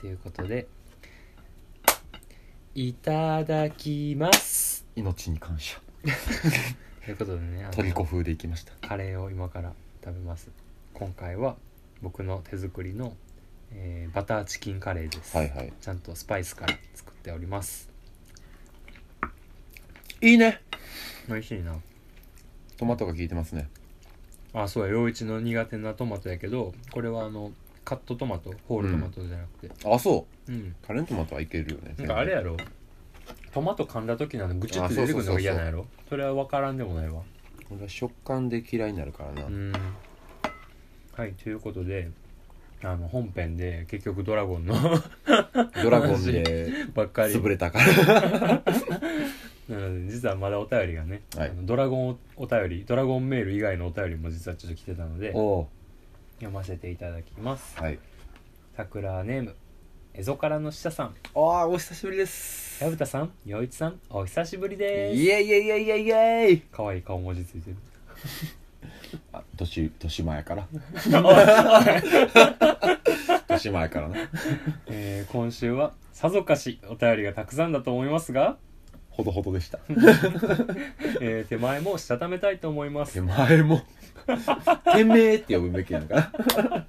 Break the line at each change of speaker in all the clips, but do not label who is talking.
ということで「いただきます
命に感謝」
ということでねあの
トリコ風でいきました
カレーを今から食べます今回は僕の手作りの、えーバターチキンカレーです、
はいはい
ちゃんとスパイスから作っております
いいね
美味しいな
トマトが効いてますね
あそうや陽一の苦手なトマトやけどこれはあのカットトマトホールトマトじゃなくて
あそ
うん、
うカレントマトはいけるよね
なんかあれやろトマト噛んだ時なのぐちゅっ
あ
と
そ
出て
うそ
く
うそうそう
るのが嫌なんやろそれは分からんでもないわ
俺は食感で嫌いになるからな、
うんはいということであの本編で結局ドラゴンの
ドラゴンで
ばっかり
潰れたから
なので実はまだお便りがね、
はい
あのドラゴンおお便りドラゴンメール以外のお便りも実はちょっと来てたので
おう
読ませていただきます
はい
桜ネームエゾからの使者さん
ああお久しぶりです
矢蓋さん陽一さんお久しぶり
イ
で
エ
す
イエイエイエイエイ
可愛い顔文字ついてる
あ年年前から
おい
年前からな
えー今週はさぞかしお便りがたくさんだと思いますが、
ほどほどで した
えー手前もしたためたいと思います
手前 もてめえって呼ぶべきなのかな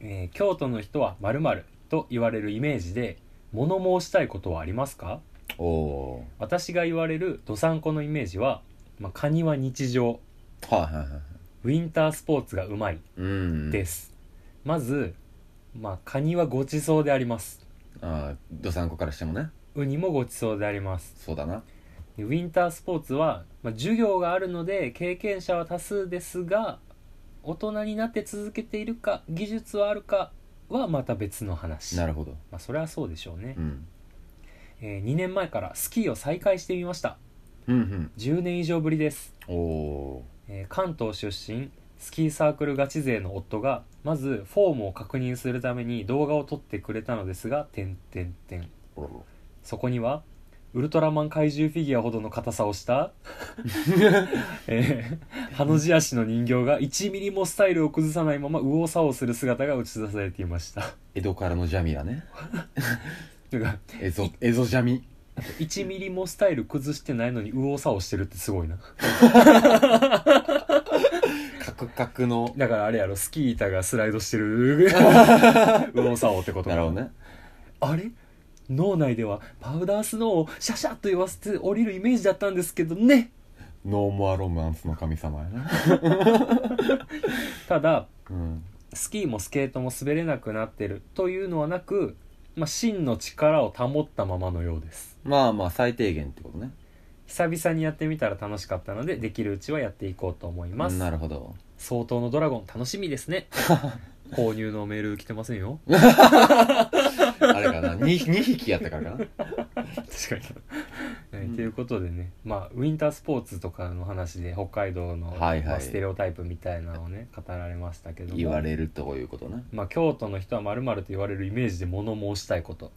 えー京都の人は〇〇と言われるイメージで物申したいことはありますか
おお
私が言われるどさんこのイメージは、まあ、カニは日常
ーはいはいはい
ウィンタースポーツがうまい
うん
です、まず、まあ、カニはごちそうであります
ああどさんこからしてもね
ウニもごちそうであります
そうだな
でウィンタースポーツは、まあ、授業があるので経験者は多数ですが大人になって続けているか技術はあるかはまた別の話
なるほど
まあ、それはそうでしょうね
う、ん
え2年前からスキーを再開してみました
うん
10年以上ぶりです
うんおー
えー関東出身スキーサークルガチ勢の夫がまずフォームを確認するために動画を撮ってくれたのですが点点点
おらら
そこにはウルトラマン怪獣フィギュアほどの硬さをした、えー、ハの字足の人形が1ミリもスタイルを崩さないまま右往左往する姿が映し出されていました
江戸からのジャミラね
というか
エゾエゾジャミ
1ミリもスタイル崩してないのに右往左往してるってすごいな
カクカクの
だからあれやろスキー板がスライドして る右往左往ってこと
なるほどね
あれ脳内ではパウダースノーをシャシャッと言わせて降りるイメージだったんですけどね
ノーモアロマンスの神様やな
ただ
うん
スキーもスケートも滑れなくなってるというのはなく、まあ、真の力を保ったままのようです
まあまあ最低限ってことね
久々にやってみたら楽しかったのでできるうちはやっていこうと思います
なるほど
相当のドラゴン楽しみです ね購入のメール来てませんよ
あれかな 2, 2匹やったから かな
確かに、
うん
ということでね、まあ、ウィンタースポーツとかの話で北海道の、
はいはい
まあステレオタイプみたいなのをね語られましたけども
言われるということね
まあ、京都の人はまると言われるイメージで物申したいこと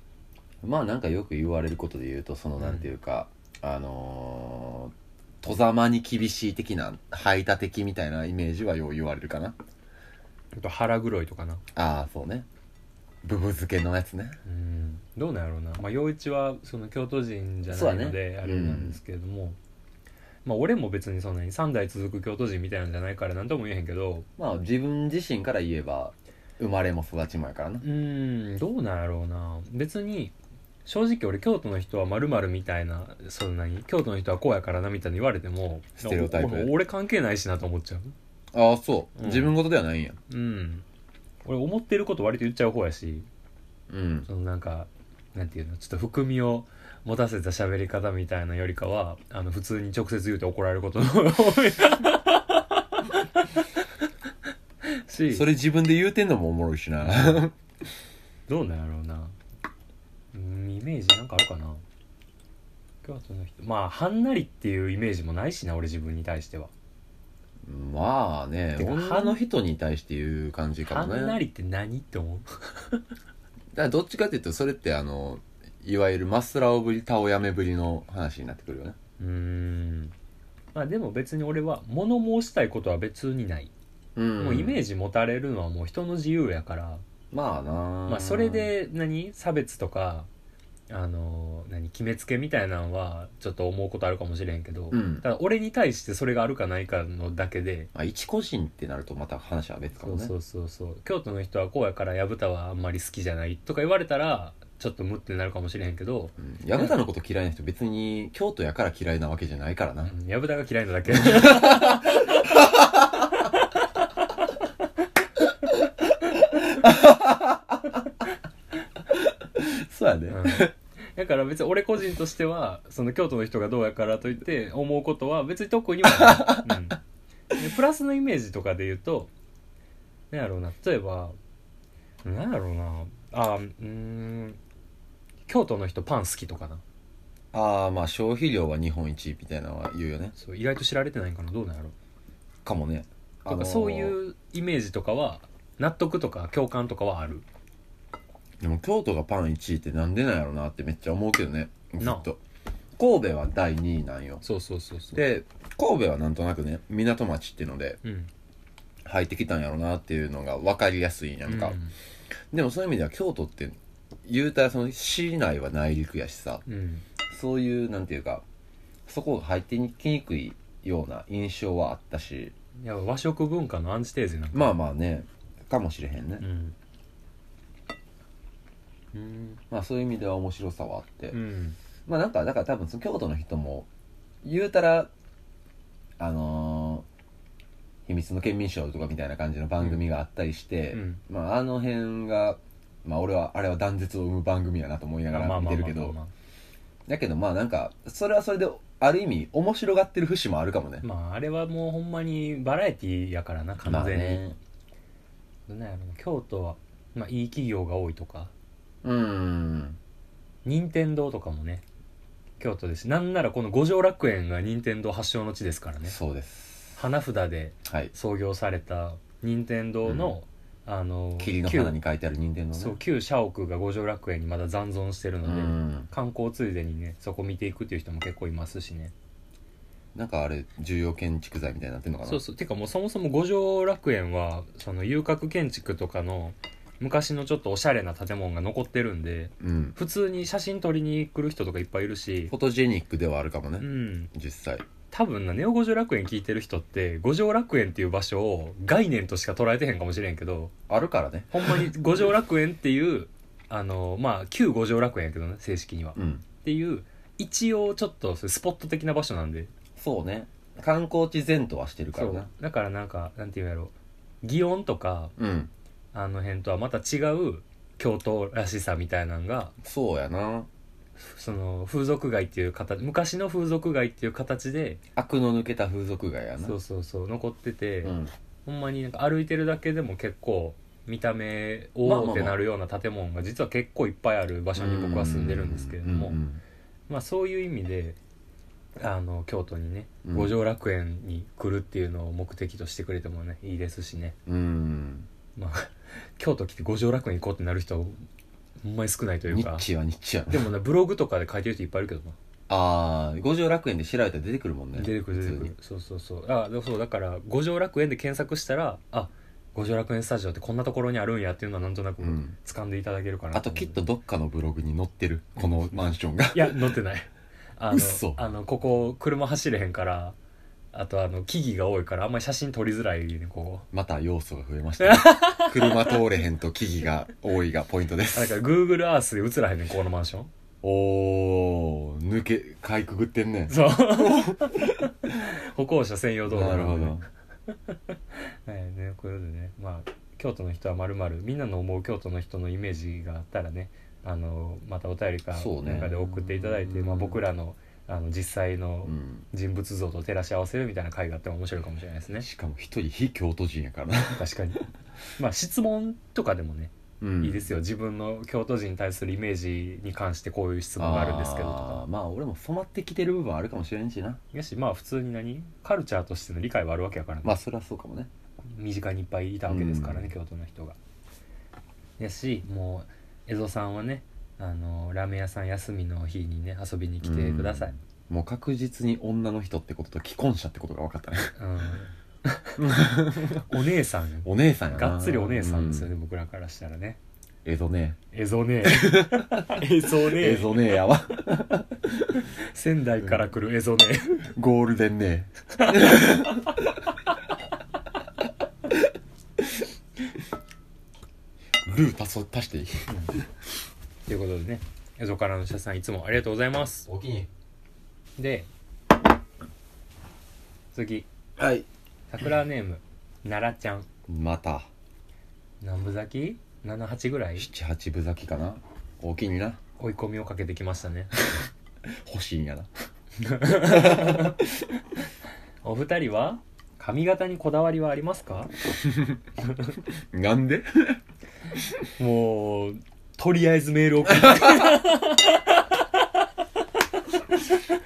まあなんかよく言われることで言うとそのなんていうか、あのー、戸ざまに厳しい的な排他的みたいなイメージはよう言われるかな
あと腹黒いとかな
ああそうねブブ漬けのやつね
うんどうなんやろうな、まあ、陽一はその京都人じゃないの
そう
で、
だね
あれなんですけれども、まあ俺も別にそんなに3代続く京都人みたいなんじゃないから何とも言えへんけど
まあ自分自身から言えば生まれも育ちもやからな
うんどうなんやろうな別に正直俺京都の人はまるみたいなその何京都の人はこうやからなみたいに言われても
ステレオタイプ
おお俺関係ないしなと思っちゃう
ああそ
う
う、
ん
自分事ではないんや
うん俺思ってること割と言っちゃう方やし
うん
そのなんかなんていうのちょっと含みを持たせた喋り方みたいなよりかはあの普通に直接言うて怒られることの方が多 いし
それ自分で言うてんのもおもろいしな
どうなんやろうなうんイメージなんかあるかな京都の人まあはんなりっていうイメージもないしな俺自分に対しては
まあね
てか
女の人に対して言う感じか
は
もね
んなりって何って思う
だからどっちかっていうとそれってあのいわゆるマスラオぶりタオヤメぶりの話になってくるよね
うーんまあでも別に俺は物申したいことは別にない、
うん
もうイメー
ジ
ジ持たれるのはもう人の自由やから
まあな
まあ、それで何差別とかあの何決めつけみたいなのはちょっと思うことあるかもしれんけど、
うん
ただ俺に対してそれがあるかないかのだけで、
あ一個人ってなるとまた話は別
そ
かも
う
ね
そうそうそう京都の人はこうやから薮田はあんまり好きじゃないとか言われたらちょっと無ってなるかもしれへんけど
うん薮田のこと嫌いな人別に京都やから嫌いなわけじゃないか らな、
うん薮田が嫌いな だけ
そうやね、
うんだから別に俺個人としてはその京都の人がどうやからといって思うことは別に特には ない、うんでプラスのイメージとかで言うとなんやろうな例えばなんやろうなあうーん京都の人パン好きとかな
ああまあ消費量は日本一みたいなのは言うよね
そう意外と知られてないんかなどうなんやろ
かもね
とかそう
う
いうイメージとかは納得とか共感とかはある
でも京都がパン1位ってなんでなんやろなってめっちゃ思うけどねず
なあ
っと神戸は第2位なんよ
そうそうそうそう
で神戸はなんとなくね港町っていうので
うん
入ってきたんやろなっていうのが分かりやすいんやんか、でもそういう意味では京都って言うたらその市内は内陸やしさ
うん、うん
そういうなんていうかそこが入ってきにくいような印象はあったし
いや和食文化のアンチテーゼなんか
まあまあねかもしれへんね、
うん
まあそういう意味では面白さはあって、
うん
まあなんかだから多分その京都の人も言うたらあのー秘密の県民ショー」とかみたいな感じの番組があったりして、
うん
まああの辺がまあ俺はあれは断絶を生む番組やなと思いなが
まあまあまあ
ら見てる
まあ
けど
まあ
だけどまあなんかそれはそれである意味面白がってる節もあるかもね、
まああれはもうほんまにバラエティやからな完全に、
まあね
どんなんやろな京都は、まあ、いい企業が多いとか
うん
任天堂とかもね京都ですしなんならこの五条楽園が任天堂発祥の地ですからね
そうです
花札で
はい
創業された任天堂の、あの
霧の
旧
花に書いてある任天堂ね
そう旧社屋が五条楽園にまだ残存してる
う
ので、
ん
観光ついでにねそこ見ていくっていう人も結構いますしね
なんかあれ重要建築財みたいになってんのかな
そうそうてかもうそもそも五条楽園はその遊郭建築とかの昔のちょっとおしゃれな建物が残ってるんで
うん
普通に写真撮りに来る人とかいっぱいいるし
フォトジェニックではあるかもね、
うん
実際
多分なネオ五条楽園聞いてる人って五条楽園っていう場所を概念としか捉えてへんかもしれんけど
あるからね
ほんまに五条楽園っていうあのまあ旧五条楽園やけどね正式には
うん
っていう一応ちょっとそういうスポット的な場所なんで
そうね観光地前とはしてるか
そ
ら
う
な
だからなんかなんていうんやろ祇園とか
うん
あの辺とはまた違う京都らしさみたいなのが
そうやな
その風俗街っていう形昔の風俗街っていう形で
悪の抜けた風俗街やな
そうそうそう残ってて、
うん、
ほんまになんか歩いてるだけでも結構見た目
まあまあ
お
ま
お
あ
ってなるような建物が実は結構いっぱいある場所に僕は住んでるんですけれども、
うんうん
まあ、そういう意味であの京都にね
うん
五条楽園に来るっていうのを目的としてくれてもねいいですしね、
うん
まあ、 京都来て五条楽園行こうってなる人はほんまに少ないという
ニ
か
ッ。チはニッチやな
でもねブログとかで書いてる人いっぱいいるけどな
ああ五条楽園で調べたら出てくるもんね
出てくる出てくるそうそうそうあでもそうだから五条楽園で検索したらあ五条楽園スタジオってこんなところにあるんやっていうのはなんとなく
普通にうん
掴んでいただけるかな
あと
思う
きっとどっかのブログに載ってるこのマンションが
いや載ってないあ
嘘
のあのここ車走れへんからあとあの木々が多いからあんまり写真撮りづらいねここ
また要素が増え ました、ね、車通れへんと木々が多いがポイントで
あだから
す
Google Earth で映らへんねんここのマンション
おー抜けかいくぐってんね
そう 歩行者専用道路
なるほ
んで
ど
はいね、こういうことでね、まあ、京都の人はまるまるみんなの思う京都の人のイメージがあったらねあのまたお便りか
そうね
なんかで送っていただいて、
うん
まあ、僕らのあの実際の
うん
人物像と照らし合わせるみたいな回があっても面白いかもしれないですね
しかも一人非京都人やからな、
確かにまあ質問とかでもね、
うん
いいですよ自分の京都人に対するイメージに関してこういう質問があるんですけどと
あー
か
まあ俺も染まってきてる部分はあるかもしれんしな
よしまあ普通に何カルチャーとしての理解はあるわけやからね
まあそれはそうかもね
身近にいっぱいいたわけですからね、
うん
京都の人がやしもう江戸さんはねあのラーメン屋さん休みの日にね遊びに来てください、
もう確実に女の人ってことと既婚者ってことが分かったね
うんお姉さん
お姉さんやな
がっつりお姉さんですよね、
う
僕らからしたらね
えぞね
えぞ ね えぞ
え
ね
ぞねやわ
仙台から来るえぞね
ゴールデンねルー足そ足していい
ということでねえぞからの社さんいつもありがとうございます
おきに
で次
はい
桜ネーム奈良ちゃん
また
南部咲き78ぐらい
七八分咲きかなおきにな
追い込みをかけてきましたね
欲しいんやな
お二人は髪型にこだわりはありますか
なんで
もうとりあえずメール送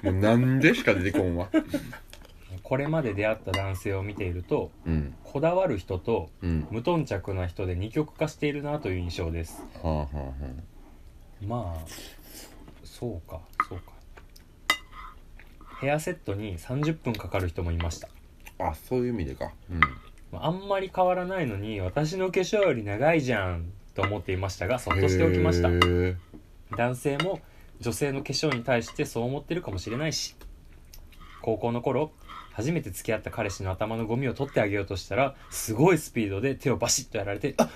る
なんでしか出てこんわ
これまで出会った男性を見ていると
うん
こだわる人と
うん
無頓着な人で二極化しているなという印象です
はあはあはあ
まあそうかそうかヘアセットに30分かかる人もいました
あそういう意味でかうん
あんまり変わらないのに私の化粧より長いじゃんと思っていましたがそっとしておきました
へー
男性も女性の化粧に対してそう思ってるかもしれないし高校の頃初めて付き合った彼氏の頭のゴミを取ってあげようとしたらすごいスピードで手をバシッとやられて「あ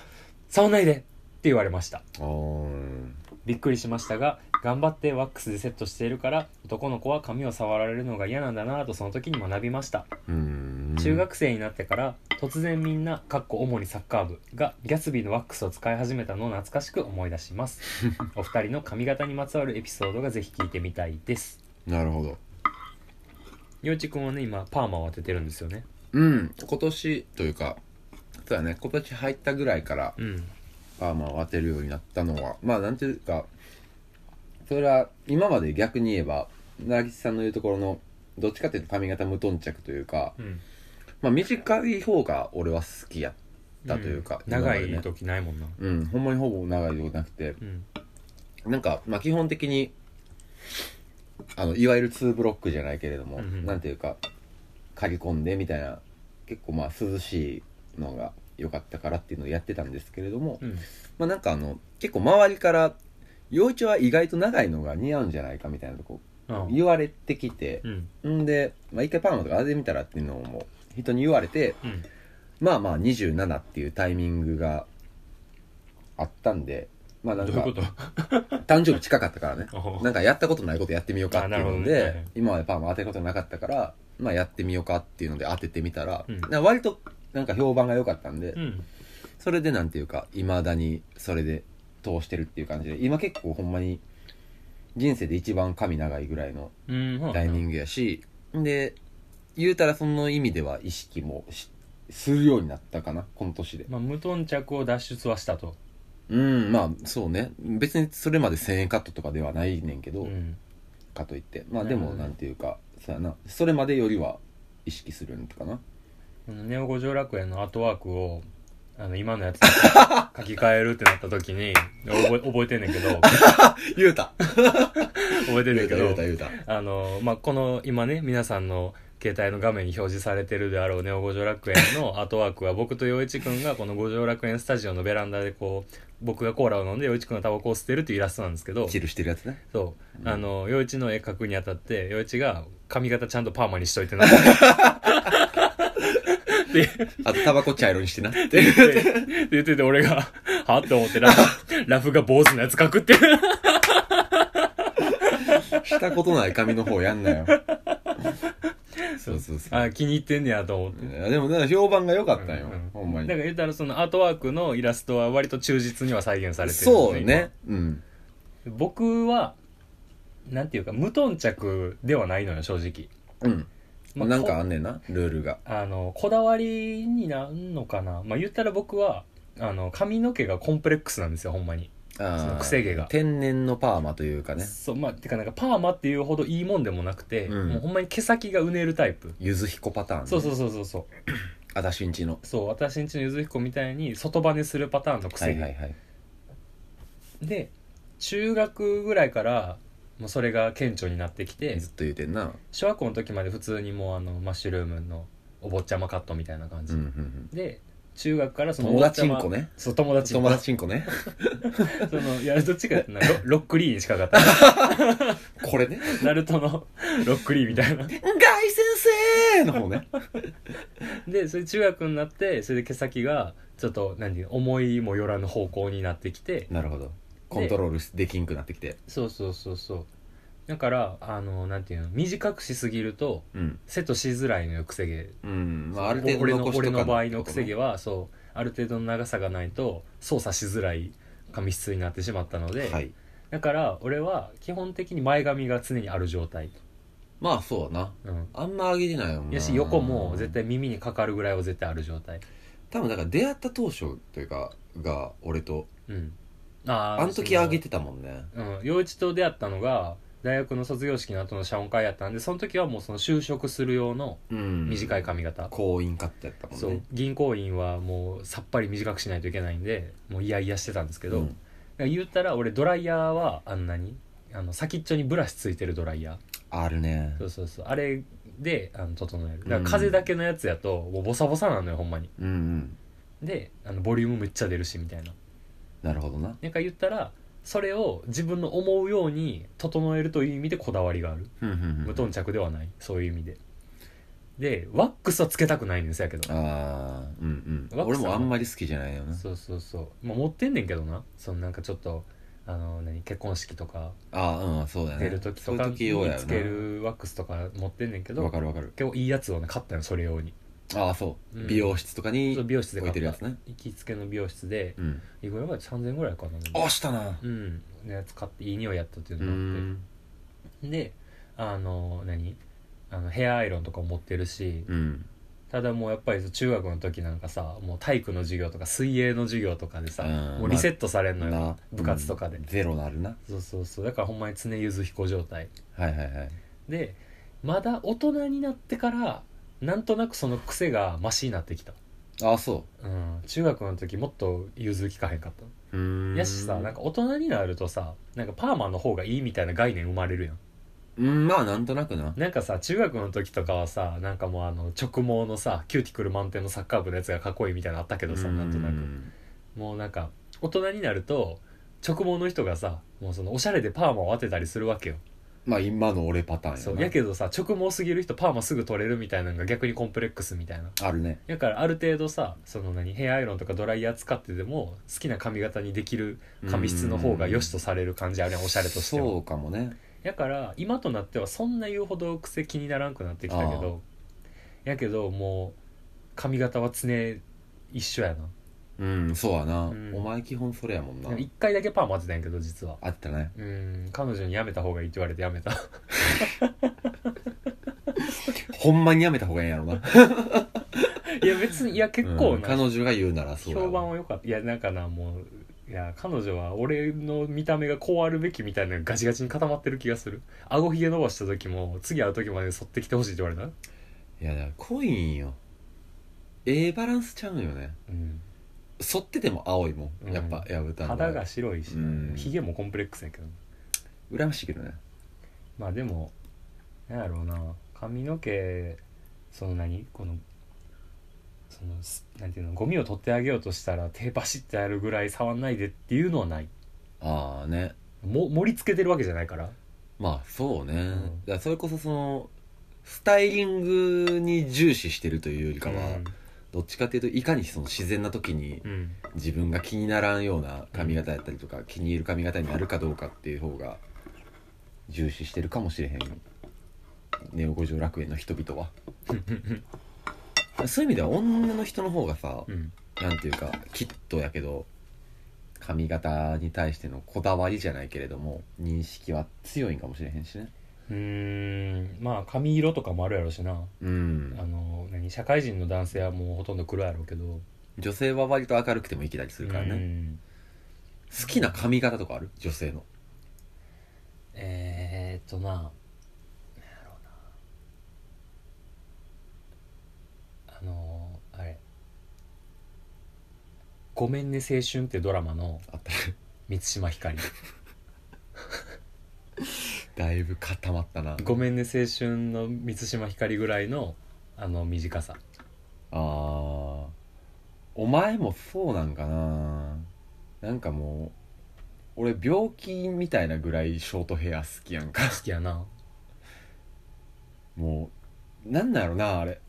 触んないで!」って言われました
あー
びっくりしましたが頑張ってワックスでセットしているから男の子は髪を触られるのが嫌なんだなぁとその時に学びました
うん
中学生になってから突然みんなかっこ主にサッカー部がギャツビーのワックスを使い始めたのを懐かしく思い出します お二人の髪型にまつわるエピソードがぜひ聞いてみたいです
なるほど
陽一君はね今パーマを当ててるんですよね
うん今年というかそうだね今年入ったぐらいから
うん
パーマを当てるようになったのはまあなんていうかそれは今まで逆に言えば奈良吉さんの言うところのどっちかっていうと髪型無頓着というか、
うん
まあ、短い方が俺は好きやったというか、
ん長
今まで
い
ね
時ないもんな
うんほんまにほぼ長いではなくて
うん
なんか、まあ、基本的にあのいわゆる2ブロックじゃないけれども、
うんうん
なんていうか刈り込んでみたいな結構まあ涼しいのが良かったからっていうのをやってたんですけれども、
うん
まあなんかあの結構周りから「陽一は意外と長いのが似合うんじゃないか」みたいなとこ
ああ
言われてきて
う、ん
んで、まあ、一回パーマとか当ててみたらっていうのも人に言われて
うん
まあまあ27っていうタイミングがあったんでまあな
ど
ん
う
か
いうこと
誕生日近かったからね
おう
なんかやったことないことやってみようかっていう
あなる
の
ほどね
で、
はいはい
今までパーマ当てることなかったから、まあ、やってみようかっていうので当ててみたら、
うん
なんか割となんか評判が良かったんで、
うん
それでなんていうかいまだにそれで通してるっていう感じで今結構ほんまに人生で一番髪長いぐらいの
うん
タイミ
グ
ングやし、で言うたらその意味では意識もしするようになったかなこの年で
まあ無頓着を脱出はしたと
うんまあそうね別にそれまで1000円カットとかではないねんけど、
うん
かといってまあ
な
で
るほど
もなんていうかそうやなそれまでよりは意識するんかな
このネオ五条楽園のアートワークをあの今のやつに書き換えるってなった時に覚え覚えてんねんけど覚
言うた
えてん
言
ねんけ
うた言う
ど
た言うた
あの、まあ、この今ね皆さんの携帯の画面に表示されてるであろうネオ五条楽園のアートワークは僕と陽一くんがこの五条楽園スタジオのベランダでこう僕がコーラを飲んで陽一くんがタバコを吸ってるっていうイラストなんですけど
チルしてるやつね
そうあの陽一の絵描くにあたって陽一が髪型ちゃんとパーマにしといて なって
あとタバコ茶色 にしてな
って言ってて俺が、はって思ってラ フ、ラフが坊主のやつ書くっていう。
したことない髪の方やん なよそうそうそう
あ、気に入ってんねやと思って。
いやでもなんか評判が良かったんよ、
うんうん
ほんま
だ
に
から言ったらそのアートワークのイラストは割と忠実には再現されてるん
そうねうん
今僕は、なんていうか、無頓着ではないのよ、正直。
うん、
まあ
なんかあ
こ
んねんなルールが
あの、こだわりになんのかな。まあ言ったら僕は、あの、髪の毛がコンプレックスなんですよ、ほんまに。そ
あ
の
あ
癖毛が
天然のパーマというかね
そう、まあ、てかなんかパーマっていうほどいいもんでもなくて、
うん
もうほんまに毛先がうねるタイプ。
ゆずひこパターン、ね、
そうそうそうそうそう。
あだしんちの
そう私んちのゆずひこみたいに外バネするパターンの癖
は
で,、
いはいはい
で中学ぐらいからもうそれが顕著になってきて
ずっと言うてんな
小学校の時まで普通にもうあのマッシュルームのお坊ちゃまカットみたいな感
う
じ、
んうんうん
で中学からその
友達んこ
ね
ね
そう友達
友達ん こね
そのいやどっちかっていうとロロックリーに近かった
これね
ナルトの ロックリーみたいな
「ガイ先生!」の 方ね
でそれ中学になってそれで毛先がちょっと何思いもよらぬ方向になってきて
なるほどコントロールできんくなってきて
そうそうそうそうだからあのなんていうの短くしすぎると
うん
セットしづらいのよくせ毛
うんまあある程度
俺の
残しとか
俺の場合
ない
のくせ毛はそうある程度の長さがないと操作しづらい髪質になってしまったので、
はい
だから俺は基本的に前髪が常にある状態、
まあそうだな
うん、
あんま上げてないもんな
よし横も絶対耳にかかるぐらいは絶対ある状態
多分だから出会った当初というかが俺と
うんあー
あの時上げてたもんね
うん陽一と出会ったのが大学の卒業式の後の謝恩会やったんでその時はもうその就職する用の
うん
短い髪型、
婚姻カットやったもんね
そう銀行員はもうさっぱり短くしないといけないんでもういやいやしてたんですけど、
う
だ
ん
から言ったら俺ドライヤーはあんなにあの先っちょにブラシついてるドライヤー
あるね
そうそうそうあれであの整えるだから風だけのやつやともうボサボサなのよほんまに
うんうん
であのボリュームめっちゃ出るしみたいな
なるほどな
なんか言ったらそれを自分の思うように整えるという意味でこだわりがある
うんうんうん
無頓着ではないそういう意味ででワックスはつけたくないんですやけど
ああうんうん
ワック
俺
スは
もあんまり好きじゃないよな
そうそうそう、まあ、持ってんねんけどなそのなんかちょっとあの何結婚式とか
あーうんそうだね
出る時
そ
と
ういう
かに
時用やよ
つけるワックスとか持ってんねんけ
なわ
ど
かるわかる
結構いいやつをね買ったよそれ用に
ああそう、
うん
美容室とかに
そう美容室で買
置い
って
るや
た
つね
行きつけの美容室で
うん
いくらぐらい3000ぐらいかな
あしたな
うんのやつ買っていい匂いやったっていう
う
のがあって
ん
であの何あのヘアアイロンとかも持ってるし
うん
ただもうやっぱりそう中学の時なんかさもう体育の授業とか水泳の授業とかでさ、
うん
もうリセットされんのよ、
な
部活とかで
うんゼロなるな
そうそうそうだからほんまに常ゆず彦状態
はいはいはい
でまだ大人になってからなんとなくその癖がマシになってきた、
ああそ
うん、中学の時もっと融通きかへんかった
ううーん
やしさなんか大人になるとさなんかパーマの方がいいみたいな概念生まれるやん
うんまあなんとなくな
なんかさ中学の時とかはさなんかもうあの直毛のさキューティクル満点のサッカー部のやつがかっこいいみたいなのあったけどさなんとな
う
く
ん
もうなんか大人になると直毛の人がさもうそのおしゃれでパーマを当てたりするわけよ
まあ今の俺パターンやな
そうやけどさ直毛すぎる人パーマすぐ取れるみたいなのが逆にコンプレックスみたいな
あるね
だからある程度さその何ヘアアイロンとかドライヤー使ってでも好きな髪型にできる髪質の方が良しとされる感じあるやんおしゃれとしては
そうかもね
だから今となってはそんな言うほど癖気にならんくなってきたけどやけどもう髪型は常一緒や
うんそうやな、
うん
お前基本それやもんな
な一回だけパーマ当てたんやけど実は
あったね
うん彼女にやめた方がいいって言われてやめた
ほんまにやめた方がいいんやろな
いや別にいや結構
うん
な、
彼女が言うならそうやわ
評判は良かったいやなんかなもういや彼女は俺の見た目がこうあるべきみたいなのがガチガチに固まってる気がする顎ひげ伸ばした時も次会う時まで剃ってきてほしいって言われた
いやだから濃いんよええバランスちゃうんよね
うん
剃ってても青いも
うん
んやっぱやぶたの
肌が白いし
うん
ひげもコンプレックスやけど
羨ましいけどね
まあでもなんやろうな髪の毛その何このそのすなんていうのゴミを取ってあげようとしたら手走ってやるぐらい触んないでっていうのはない
ああね
も盛り付けてるわけじゃないから
まあそうね、
ん
だからそれこそそのスタイリングに重視してるというよりかは、どっちかっていうといかにその自然な時に
うん、うん
自分が気にならんような髪型やったりとか、気に入る髪型になるかどうかっていう方が重視してるかもしれへんネオ五条楽園の人々はそういう意味では女の人の方がさ
う、ん
なんていうかきっとやけど髪型に対してのこだわりじゃないけれども認識は強いんかもしれへんしね
うーんまあ髪色とかもあるやろしな
うん
あの何社会人の男性はもうほとんど黒やろうけど
女性は割と明るくてもいけたりするからね、
うん
好きな髪型とかある女性の
えー、っとななんやろうなあのーあれ「ごめんね青春」ってドラマの
あった
満島ひかり
だいぶ固まったな
「ごめんね青春」の満島ひかりぐらいのあの短さ
あーお前もそうなんかななんかもう俺病気みたいなぐらいショートヘア好きやんか
好きやな
もうなんなんやろなあれ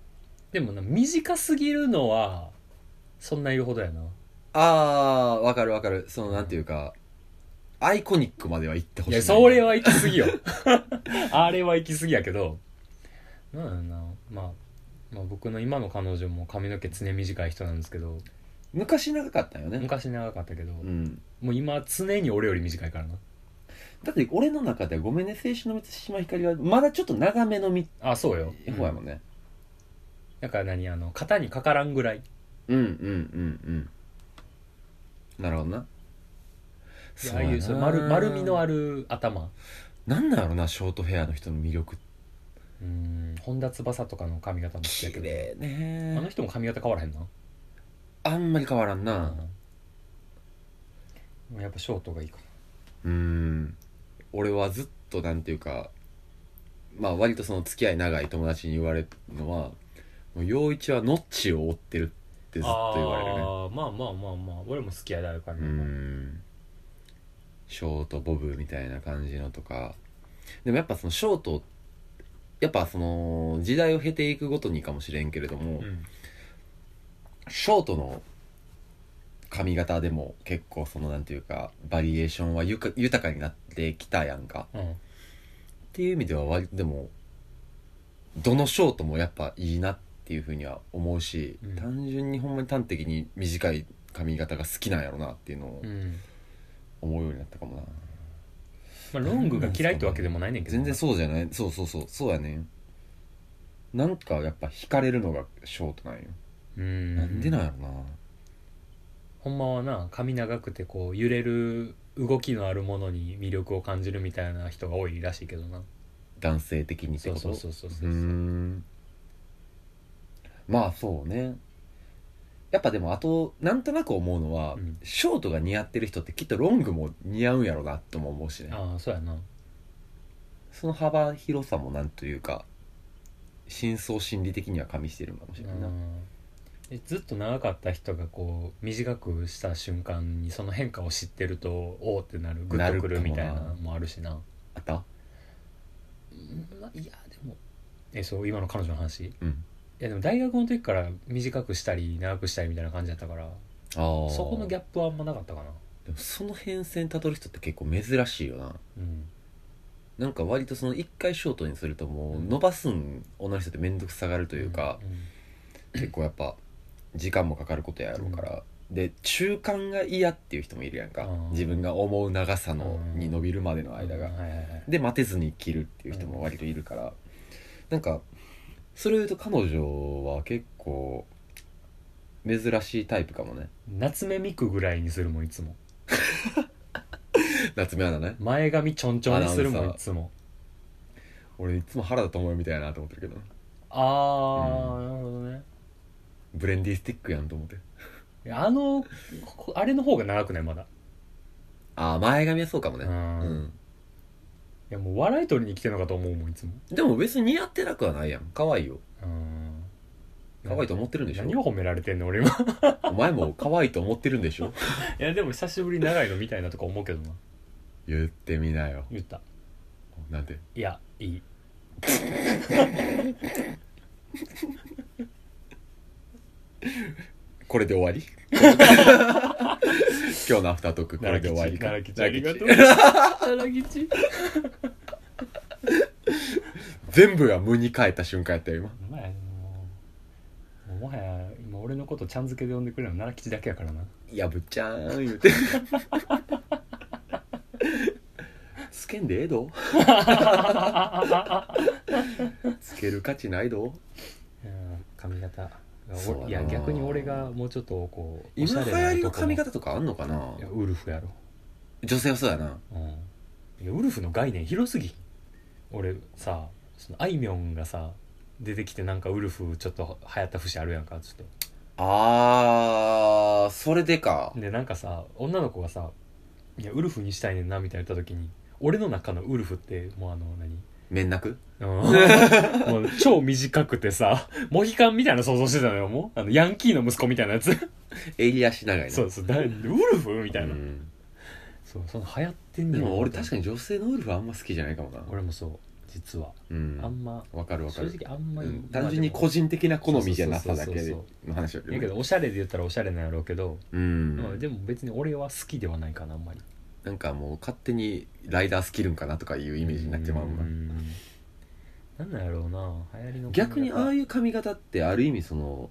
でもな短すぎるのはそんな言うほどやな
あーわかるわかるそのなんていうかアイコニックまでは行ってほ
い
しい
やそれは行き過ぎよ あれは行き過ぎやけどなんやろな、まあ、まあ僕の今の彼女も髪の毛常短い人なんですけど
昔長かったよね
昔長かったけど、
うん
もう今常に俺より短いからな
だって俺の中ではごめんね青春の満島ひかりはまだちょっと長めのみ
あそうよ、
方やもんね
だから何あの肩にかからんぐらい
うんうんうんうんなるほどな
ああいうそう丸丸みのある頭
なんなんやろなショートヘアの人の魅力って
うん本田翼とかの髪型も好きやけど
綺麗
あの
ね
人も髪型変わらへんな、
あんまり変わらんな
うん、やっぱショートがいいか
うん俺はずっとなんていうかまあ割とその付き合い長い友達に言われるのはもう陽一はノッチを追ってるってずっと言われるね
あーまあまあまあまあ俺も好きやだよ髪
う
型、
んショートボブみたいな感じのとかでもやっぱそのショートやっぱその時代を経ていくごとにかもしれんけれども、
うん
ショートの髪型でも結構そのなんていうかバリエーションはゆか豊かになってきたやんか
うん
っていう意味では割とでもどのショートもやっぱいいなっていうふうには思うし、
うん
単純にほんまに端的に短い髪型が好きなんやろなっていうのを
うん
思うようになったかもな、
まあ、ロングが嫌いってわけでもないねんけど
全
な
然そうじゃないそうそうそうそうやねなんかやっぱ惹かれるのがショートなんよ、
うん
なんでなんやろな
ほんまはな髪長くてこう揺れる動きのあるものに魅力を感じるみたいな人が多いらしいけどな
男性的にっ
そ
てこ
う
と
そうそうそう
う
そ
ー
う、
んまあそうねやっぱでもあとなんとなく思うのは、
うん
ショートが似合ってる人ってきっとロングも似合うんやろなとも思うしね
ああそうやな
その幅広さもなんというか深層心理的には加味してるのかもしれないな、
うんずっと長かった人がこう短くした瞬間にその変化を知ってるとおおってなるグッとくるみたいなのもあるしな
あった
うんまあいやでもえそう今の彼女の話い
うん
やでも大学の時から短くしたり長くしたりみたいな感じだったから
あー
そこのギャップはあんまなかったかな
でもその変遷たどる人って結構珍しいよな
うん
なんか割とその一回ショートにするとも
う
うん伸ばすん女の人って面倒くさがるというか、結構やっぱ時間もかかることやろうから、で中間が嫌っていう人もいるやんか、
うん
自分が思う長さの、
うん
に伸びるまでの
うん
間が、
うんはいはいはい
で待てずに切るっていう人も割といるから、なんかそれを言うと彼女は結構珍しいタイプかもね
夏目みくぐらいにするもんいつも
夏目アナね
前髪ちょんちょんにするも
アナ
ん
ウ
い
ン
つも
俺いつも原田知世みたいやなと思ってるけどな
ああ、なるほどね
ブレンディスティックやんと思って
いやあのこあれの方が長くないまだ
ああ前髪はそうかもね
うん
うん
いやもう笑い取りに来てるのかと思うもんいつも
でも別に似合ってなくはないやん可愛いよ
うん
可愛いと思ってるんでし
何
ょ
を褒められてんの俺今 い
お前も可愛いと思ってるんで しょ
やでも久しぶりに長いのみたいなとか思うけどな
言ってみなよ
言った
なんて
いやいい
これで終わ り今日のアフタートークこれで終わりか
奈良吉ありがとう奈良 吉
全部が無に変えた瞬間やったよ
お
今
前もうもはや今俺のことちゃんづけで呼んでくれるの奈良吉だけやから ない
やぶっちゃーん言う てつけんでええどつける価値ないど
いや髪型がお
そうやない
や逆に俺がもうちょっとこうおし
今
ゃ
流
れな
行り
と
の
こも
髪型とかあんのかない
やウルフやろ
女性はそうやな
うんいやウルフの概念広すぎひん俺さそのあいみょんがさ出てきてなんかウルフちょっと流行った節あるやんかちょっ
あーそれでか
とでなんかさ女の子がさ「いやウルフにしたいねんな」みたいな言った時に俺の中のウルフってもうあの何
面なく
うんもう超短くてさモヒカンみたいな想像してたのよもうあのヤンキーの息子みたいなやつ
襟足長いな
そうそうだウルフみたいな、
うん
そうその流行ってん
で
ねん
も俺確かに女性のウルフはあんま好きじゃないかもな
俺もそう実は、
うん
あんま
わかるわか
正
る、
直あんま
う
り、
ん単純に個人的な好みじゃなさだ
そ
け
うそうそう
の話よ
まあでもやけどおしゃれで言ったらおしゃれなんやろうけど、
うん
まあでも別に俺は好きではないかなあんまり
なんかもう勝手にライダースキルんかなとかいうイメージになってまうもんな
うんなんなんやろうな流行りの
逆にああ
いう
いう髪型ってある意味その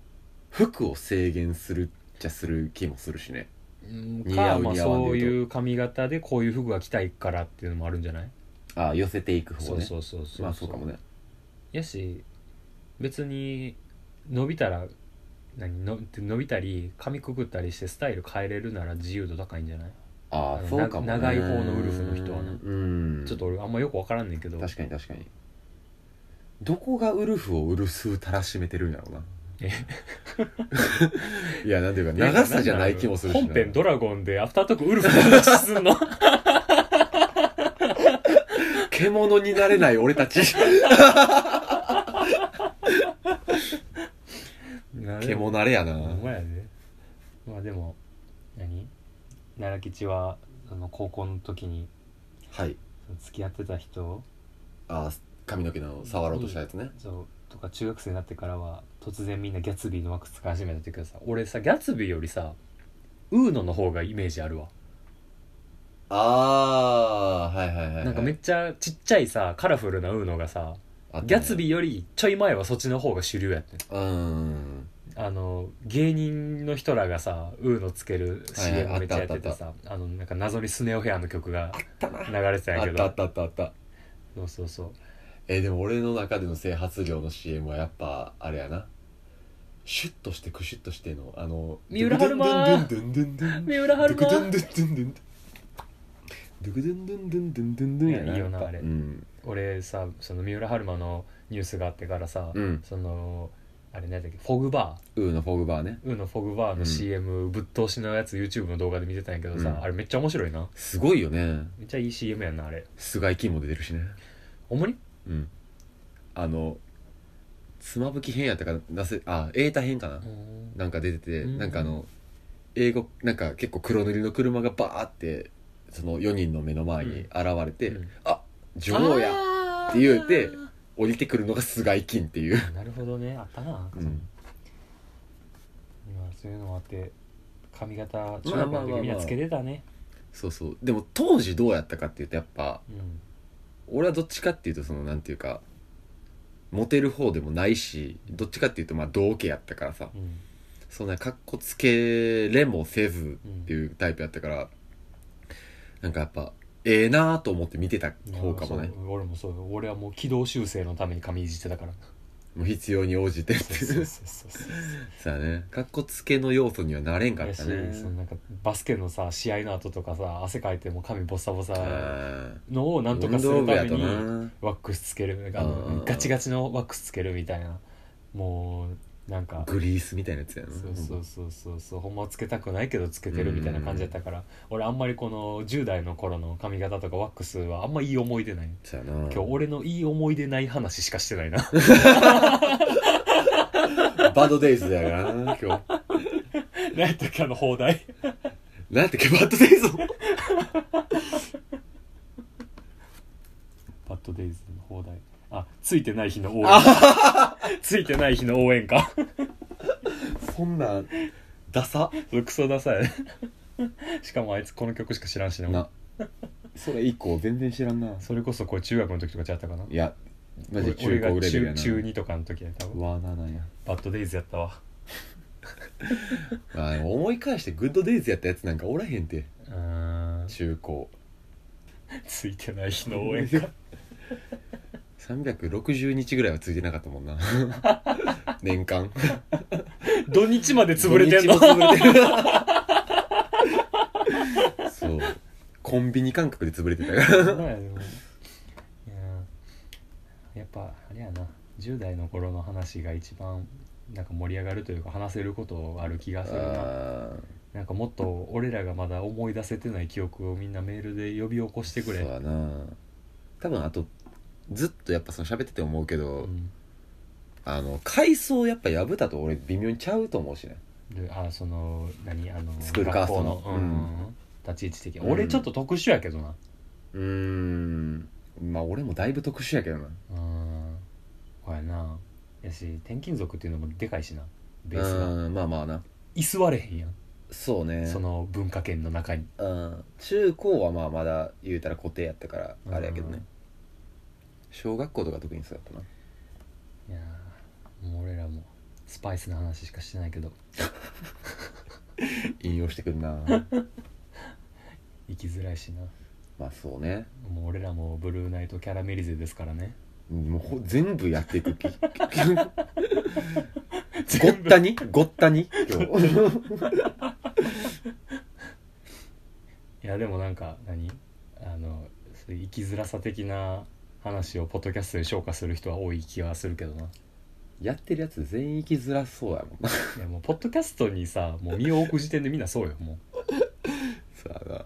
服を制限するっちゃする気もするしね
うん
似合
か
う
まあ
似合わん
そう
で言うと
いう髪型でこういう服が着たいからっていうのもあるんじゃない
ああ寄せていく方
そう
ね
そうそうそう
まあそうかもね
やし別に伸びたら何の伸びたり髪くくったりしてスタイル変えれるなら自由度高いんじゃない、
あ
あ
あ
の
そうかもね
な長い方のウルフの人はな
うん
ちょっと俺あんまよく分からんねんけど
確かに確かにどこがウルフをウルスたらしめてるんだろうな
え
いやなんていうか長さじゃない気もするしな
本編ドラゴンでアフタートークウルフの話す んの
獣になれない俺 たち獣慣れやな
ほんまやでまあでも何奈良吉はあの高校の時に
はい
その付き合ってた人
ああ髪の毛の触ろうとしたやつね
そうとか中学生になってからは突然みんなギャツビーの枠使い始めた時はさ俺さギャツビーよりさウーノの方がイメージあるわ、
ああはいはいはいはい
なんかめっちゃちっちゃいさカラフルなウーノがさ、
あったね
ギャツビーよりちょい前はそっちの方が主流やってん
うん
あの芸人の人らがさウーのつける
はいはい
CM めっちゃやっててさ、あのなんか謎にスネオヘアの曲が流れてたんや
あ
け
っ
ど
たあったあったあった
そうそうそう
えーでも俺の中での整髪料の CM はやっぱあれやなシュッとしてクシュッとしてのあの
三浦春馬
ドゥンドゥンドゥンドゥン
三浦春馬
ドゥクドゥンドゥンドゥンドゥンドゥクドゥンドゥンドゥンドゥンドゥンドゥンやない
やいいよな
やっぱ
あれ
うん
俺さその三浦春馬のニュースがあってからさ、
うん
そのあれ何だっけフォグバ
ウーのフォグバーね
ーウーのフォグバー
うん
の CM、ぶっ通しのやつ YouTube の動画で見てたんやけどさ、
うん
あれめっちゃ面白いな
すごいよね
めっちゃいい CM やんなあれ
菅井金も出てるしね
ほんまに
うんあの妻夫木編やったかなせあ瑛太編かななんか出てて、
うん
なんかあの英語なんか結構黒塗りの車がバーってその4人の目の前に現れて「
うん
あ女王や!」
や
って言うて降りてくるのが菅井金っていう、
なるほどねあったな、
うん
まあそういうのもあって髪型中
まあ
学
まあ
の
まあ
時みんなつけてたね
そうそうでも当時どうやったかっていうとやっぱ
うん
俺はどっちかっていうとそのなんていうかモテる方でもないしどっちかっていうとまあ同家やったからさ
うん
そんなかっこつけれもせず
うん
っていうタイプやったからなんかやっぱええなぁと思って見てた方かもね
そう俺もそうよ俺はもう軌道修正のために髪いじってた から
もう必要に応じてって
そうそ
いうう
そうそうそう
さあねかっこつけの要素にはなれんかっ
や
た
し
ね
そのなんかバスケのさ試合の後とかさ汗かいてもう髪ボッサボサ
あ
のを
ー
なんとかするために
運動部やとな
ワックスつけるあ
あー
のガチガチのワックスつけるみたいなもうなんか
グリースみたいなやつやな
そうそうそうそうそうほんまはつけたくないけどつけてるみたいな感じだったから俺あんまりこの10代の頃の髪型とかワックスはあんまいい思い出ない
そうやな今
今日俺のいい思い出ない話しかしてないな
バドデイズやからな今
何
日
やったっけあの放題
なんてっけバドデイズ
バッドデイズの放題あついてない日の応援ついてない日の応援か
そんなダサ
クソダサいしかもあいつこの曲しか知らんしな
なそれ以降全然知らんな
それこそこれ中学の時とかちゃったかない
やマジで中
俺が
高レベルや
中
な
中2とかの時や多分
わななんや
バッドデイズやったわ
まあでも思い返してグッドデイズやったやつなんかおらへんて
うーん
中高
ついてない日の応援か
360日ぐらいはついてなかったもんな年間
土日まで潰れてんの
土日も潰れてるそうコンビニ感覚で潰れてたから
そうやでもいややっぱあれやな10代の頃の話が一番なんか盛り上がるというか話せることある気がするな
あー
なんかもっと俺らがまだ思い出せてない記憶をみんなメールで呼び起こしてく
そう
れ
やな多分あとずっとやっぱその喋ってて思うけど、
うん
あの階層やっぱ薮田と俺微妙にちゃうと思うしね
であその何あの
スクールカーストの
学校うん立ち位置的に
うん
俺ちょっと特殊やけどな
うーんまあ俺もだいぶ特殊やけどな
うんこやなやし転勤族っていうのもでかいしなベースが
うんまあまあな
居座れへんやん、
そうね
その文化圏の中に
うん中高はまあまだ言うたら固定やったから
うん
あれやけどね小学校とか特にそうだっ
いやーもう俺らもスパイスの話しかしてないけど
たな引用してくんな
生きづらいしな
まあそうね
もう俺らもブルーナイトキャラメリゼですからね
もうほ全部やって いくきごっ
全部
たにごったに今 日
いやでもなんか何あのそういう生きづらさ的な話をポッドキャストで消化する人は多い気はするけどな
やってるやつ全員生きづらそうやもんな
いやもうポッドキャストにさもう身を置く時点でみんなそうよもう
さあな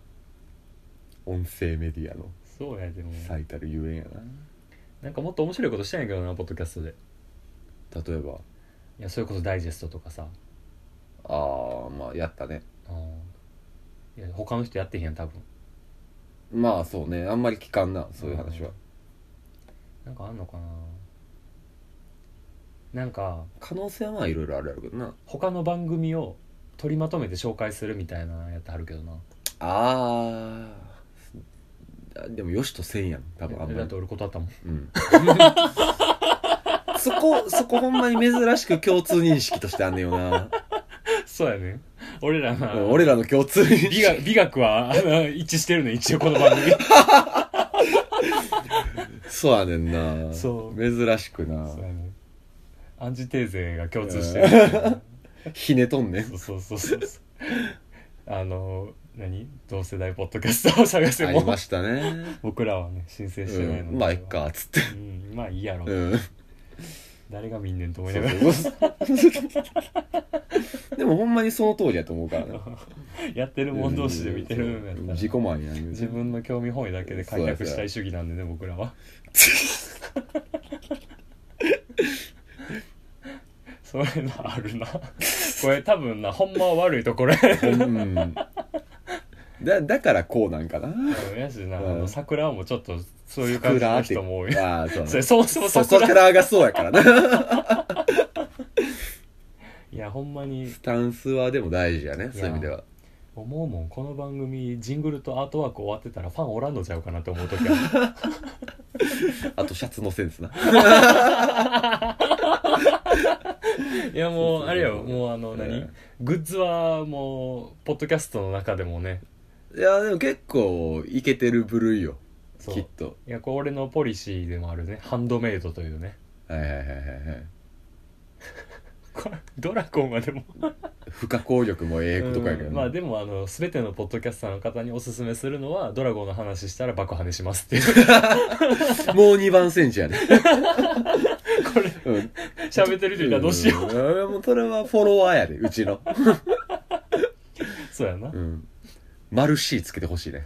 音声メディアの
そうやでも
最たるゆえんやな
なんかもっと面白いことしたいんやけどなポッドキャストで
例えば
いやそれこそダイジェストとかさ
ああまあやったね
うんいや他の人やってへんやん多分
まあそうねあんまり聞かんなそういう話は、
うんなんかあんのかななんか
可能性はまあいろいろあるやろうけどな
他の番組を取りまとめて紹介するみたいなやってはるけどな
ああでもよしとせんやん多分あん
えだっ
まり
て、俺断ったもん
うん そこそこほんまに珍しく共通認識としてあんね よな
そうやね俺らな
うん 俺らの共通認
美
識
学美学は あの一致してるね一応この番組
そうやねんな
そう
珍しくな
そうやねアンチテーゼが共通してる
ひねとんねん
そうそうそうそうそうあの何同世代ポッドキャストを探して
あり
も
ましたね
僕らはね申請してないので、
うんまあえっかっつって
うんまあいいやろ、
うん
誰が見んねんと思い
そ
な
う
がら
そう でもほんまにその通りやと思 うからね
やってるもん同士で見てる
うんん
やったら
自己満やね
自分の興味本位だけで開拓したい主義なんでね僕らは それなあるなこれ多分なほんまは悪いところや
うんだだからこうなんかな
やしな、
うん
あの桜もちょっとそういう感じの人も多い
ああそ う
それ
ね
そもそも
そ
桜
こからがそうやからな
いやほんまに
スタンスはでも大事やねそういう意味では
思うもんこの番組ジングルとアートワーク終わってたらファンおらんのちゃうかなと思う時 は
あとシャツのセンスない
やもうあれよ
そうそうそう
もうあの何、
うん
グッズはもうポッドキャストの中でもね
いやでも結構いけてる部類よ
そう
きっと
いやこれ俺のポリシーでもあるねハンドメイドというね
はいはいはいはいはい
これドラゴンはでも
不可抗力もええことかやけど
うん
な
まあでもあの全てのポッドキャスターの方におすすめするのはドラゴンの話したら爆破ねしますっていう
もう2番センチやね
これ
うん
喋ってる人いたらどうしよう、
うんもうそれはフォロワーやでうちの
そうやな、
うん丸 C つけてほしいね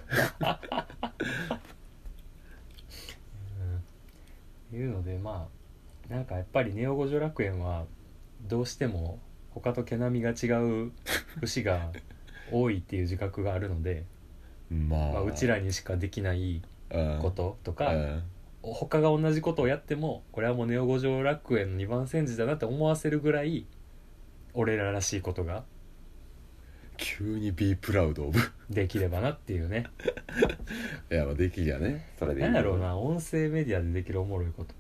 いうのでまあなんかやっぱりネオ五条楽園はどうしても他と毛並みが違う節が多いっていう自覚があるので、
まあ、
まあ、うちらにしかできない
うん
ことと
う
か
ん
他が同じことをやってもこれはもうネオ五条楽園の2番煎じだなって思わせるぐらい俺ららしいことが
急に B プラウドオブ
できればなっていうね
い やまあできりゃねそれでいい
何やろうな音声メディアでできるおもろいこと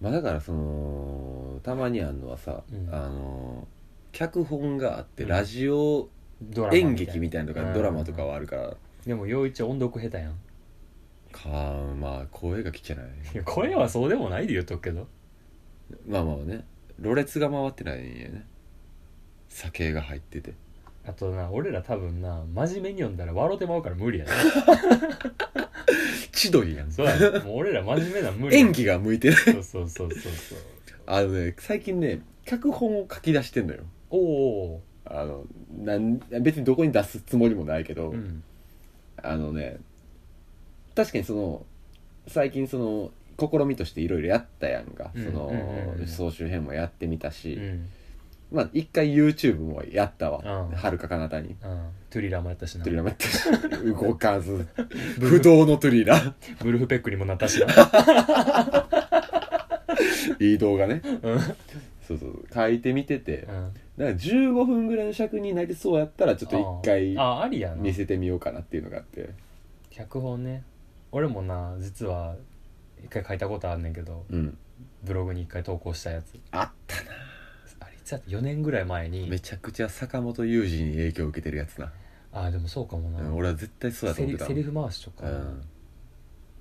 まあだからそのたまにあんのはさ、
うん
あの脚本があって
うん
ラジオ
ドラマ
演劇みたいなのとか、
うん
ドラマとかはあるから、
でも陽一音読下手やん
かまあ声が聞けない
いや声はそうでもないで言うとくけど
まあまあねろれつが回ってないんやね酒が入ってて
あとな俺ら多分な真面目に読んだら笑うてまうから無理 やな
千鳥やん
そうやなもう俺ら真面目なん無理やな
演技が向いてない
そうそうそうそうそう
あのね最近ね脚本を書き出してんのよ
おお
あのなん別にどこに出すつもりもないけど、
ーうん
あのね確かにその最近その試みとしていろいろやったやんか、
うん
その、
うんうんうんうん
総集編もやってみたし、
うん
まあ一回 YouTube もやったわ
うん
はるか彼方に
うんトゥリラーもやったしな
トゥリラーもやったし 動かず不動のトゥリラ
ブルフペックにもなった しな
ーいい動画ね
うん
そうそう書いてみてて
うん
だから15分ぐらいの尺になりそうやったらちょっと一回
ああありやな
見せてみようかなっていうのがあって
脚本ね俺もな実は一回書いたことあんねんけど
うん
ブログに一回投稿したやつ
あったな
あれいつやった4年ぐらい前に
めちゃくちゃ坂本雄二に影響を受けてるやつな、
ああでもそうかもな、
うん俺は絶対そうだと
セ
思っ
リ
てた
セリフ回しとか、
うん、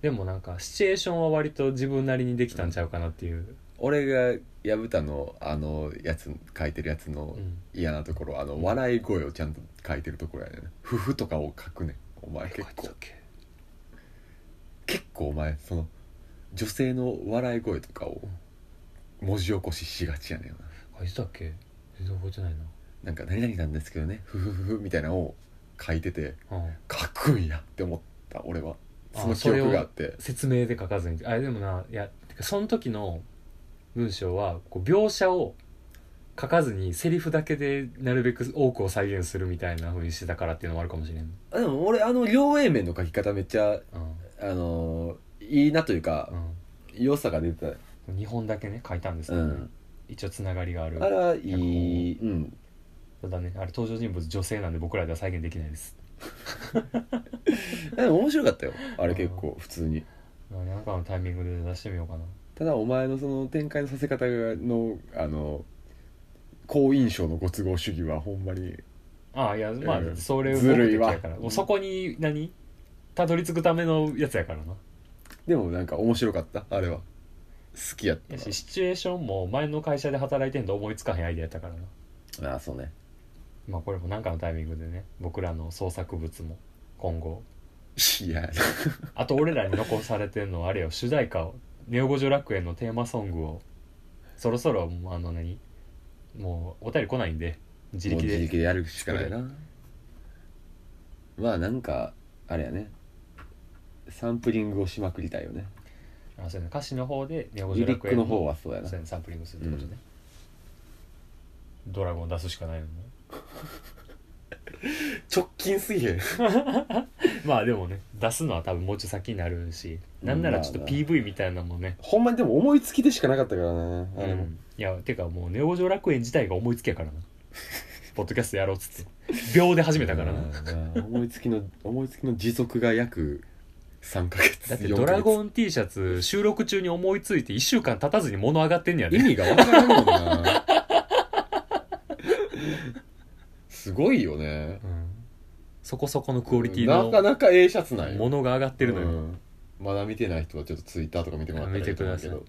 でもなんかシチュエーションは割と自分なりにできたんちゃうかなっていう、
俺が薮田のあのやつ書いてるやつの
うん
嫌なところあの笑い声をちゃんと書いてるところやねん「ふふ」とかを書くねんお前結
書いて
構
たっけ
結構お前その女性の笑い声とかを文字起こししがちやねんよな
書いてたっけ全然覚えてない
なんか「何々なんですけどねふふふふ」みたいなのを書いてて
な、うん、
書くんやって思った俺は
あ
その記
それを
憶があって
説明で書かずにあれでもないやてかその時の文章はこう描写を書かずにセリフだけでなるべく多くを再現するみたいな風にしてたからっていうのもあるかもしれん、う
あでも俺あの両 A 面の書き方めっちゃ
ん
あのーいいなというか良さが出て
うん、2本だけね書いたんです
た
けど、ね
うん
一応つながりがある
あれはいいうん
ただねあれ登場人物女性なんで僕らでは再現できないです
でも面白かったよあれ結構普通に
何かのタイミングで出してみようかな
ただお前のその展開のさせ方のあの好印象のご都合主義はほんまに
ああいやまあ
うん
それ
ずるい
目
わ
的やからもうそこに何たどり着くためのやつやからな
でもなんか面白かったあれは好きやった
や
な
しシチュエーションも前の会社で働いてんと思いつかへんアイデアやったからな
ああそうね
まあこれも何かのタイミングでね僕らの創作物も今後
いや
あと俺らに残されてんのはあれよ主題歌を「ネオ五条楽園」のテーマソングをそろそろもうあの何もうお便り来ないんで自
もう
力
自力
で
でやるしかないなまあなんかあれやねサンプリングをしまくりたいよね
あそうやな歌詞の方で「ネオ五条
リリッ
楽
ク
園
の
の」
方はそうやな
そうやなサンプリングするってことね、ドラゴン出すしかないのね
直近すぎへん
まあでもね出すのは多分もうちょい先になるしなんならちょっと
まあまあ
PV みたいなのもね
ほんまにでも思いつきでしかなかったからねあれも、
うんいやてかもうネオ城楽園自体が思いつきやからな ポッドキャストやろうっつって秒で始めたからな、
うん思いつきの思いつきの持続が約3ヶ月
だってドラ
ン
ゴン T シャツ収録中に思いついて1週間経たずに物上がってんねや
意
ね
味が分からんもんなすごいよね
うんそこそこのクオリティ
なか
の
なか A シャツなんよ
ものが上がってるのよ、
うんまだ見てない人はちょっとツイッターとか見てもらったらいいと思うけ
見
ど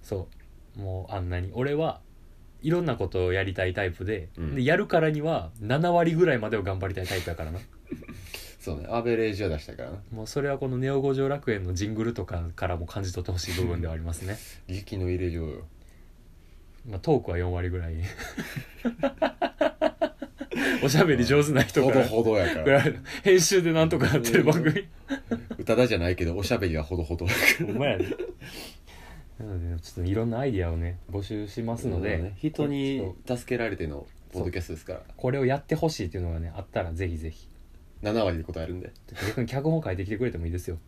そうもうあんなに俺はいろんなことをやりたいタイプで,、
うん
でやるからには7割ぐらいまでを頑張りたいタイプやからな
そうねアベレージは出したからな
もうそれはこのネオ五条楽園のジングルとかからも感じ取ってほしい部分ではありますね
時期の入れようよ
まあ、トークは4割ぐらい おしゃべり上手な人
ほ
か
ど
ら
ほどやか
ぐ
ら
らい編集でなんとかなってる番組
宇多田じゃないけどおしゃべりはほどほどや か
お前やでなのでちょっといろんなアイディアをね募集します
ら
ので、
ね人
ち
に
ょっと
助けられてのポッドキャストですから
これをやってほしいっていうのがねあったらぜひぜひ
7割で答えるんで
逆に脚本書いてきてくれてもいいですよ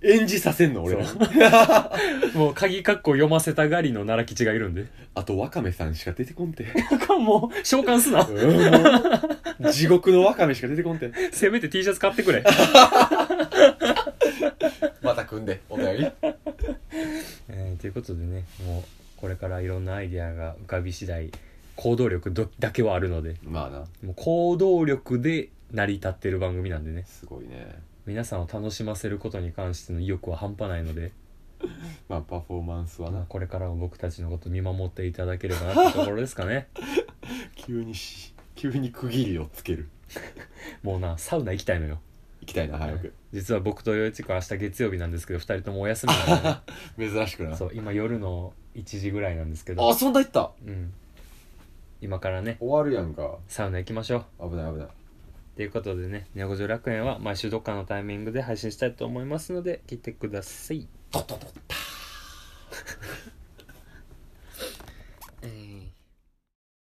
演じさせんの俺ら
そ もう鍵括弧読ませたがりの奈良吉がいるんで
あとワカメさんしか出てこんて
もう召喚すな
うん地獄のワカメしか出てこんて
せめて T シャツ買ってくれ
また組んでお便り
えーということでねもうこれからいろんなアイデアが浮かび次第行動力どだけはあるので
まあな
もう行動力で成り立ってる番組なんでね
すごいね
皆さんを楽しませることに関しての意欲は半端ないので、
まあパフォーマンスは
まあ
な
これからも僕たちのこと見守っていただければなってところですかね
急にし急に区切りをつける
もうなサウナ行きたいのよ
行きたいな早く
実は僕と陽一君明日月曜日なんですけど2人ともお休みなのでね、
珍しくな
そう今夜の1時ぐらいなんですけ
あ
ど、
そんな行った
うん、今からね
終わるやんか
サウナ行きましょう
危ない危ない
ということでね「ネオ五条楽園」は毎週どっかのタイミ ングで配信したいと思いますので聞いてください。
トトトッタ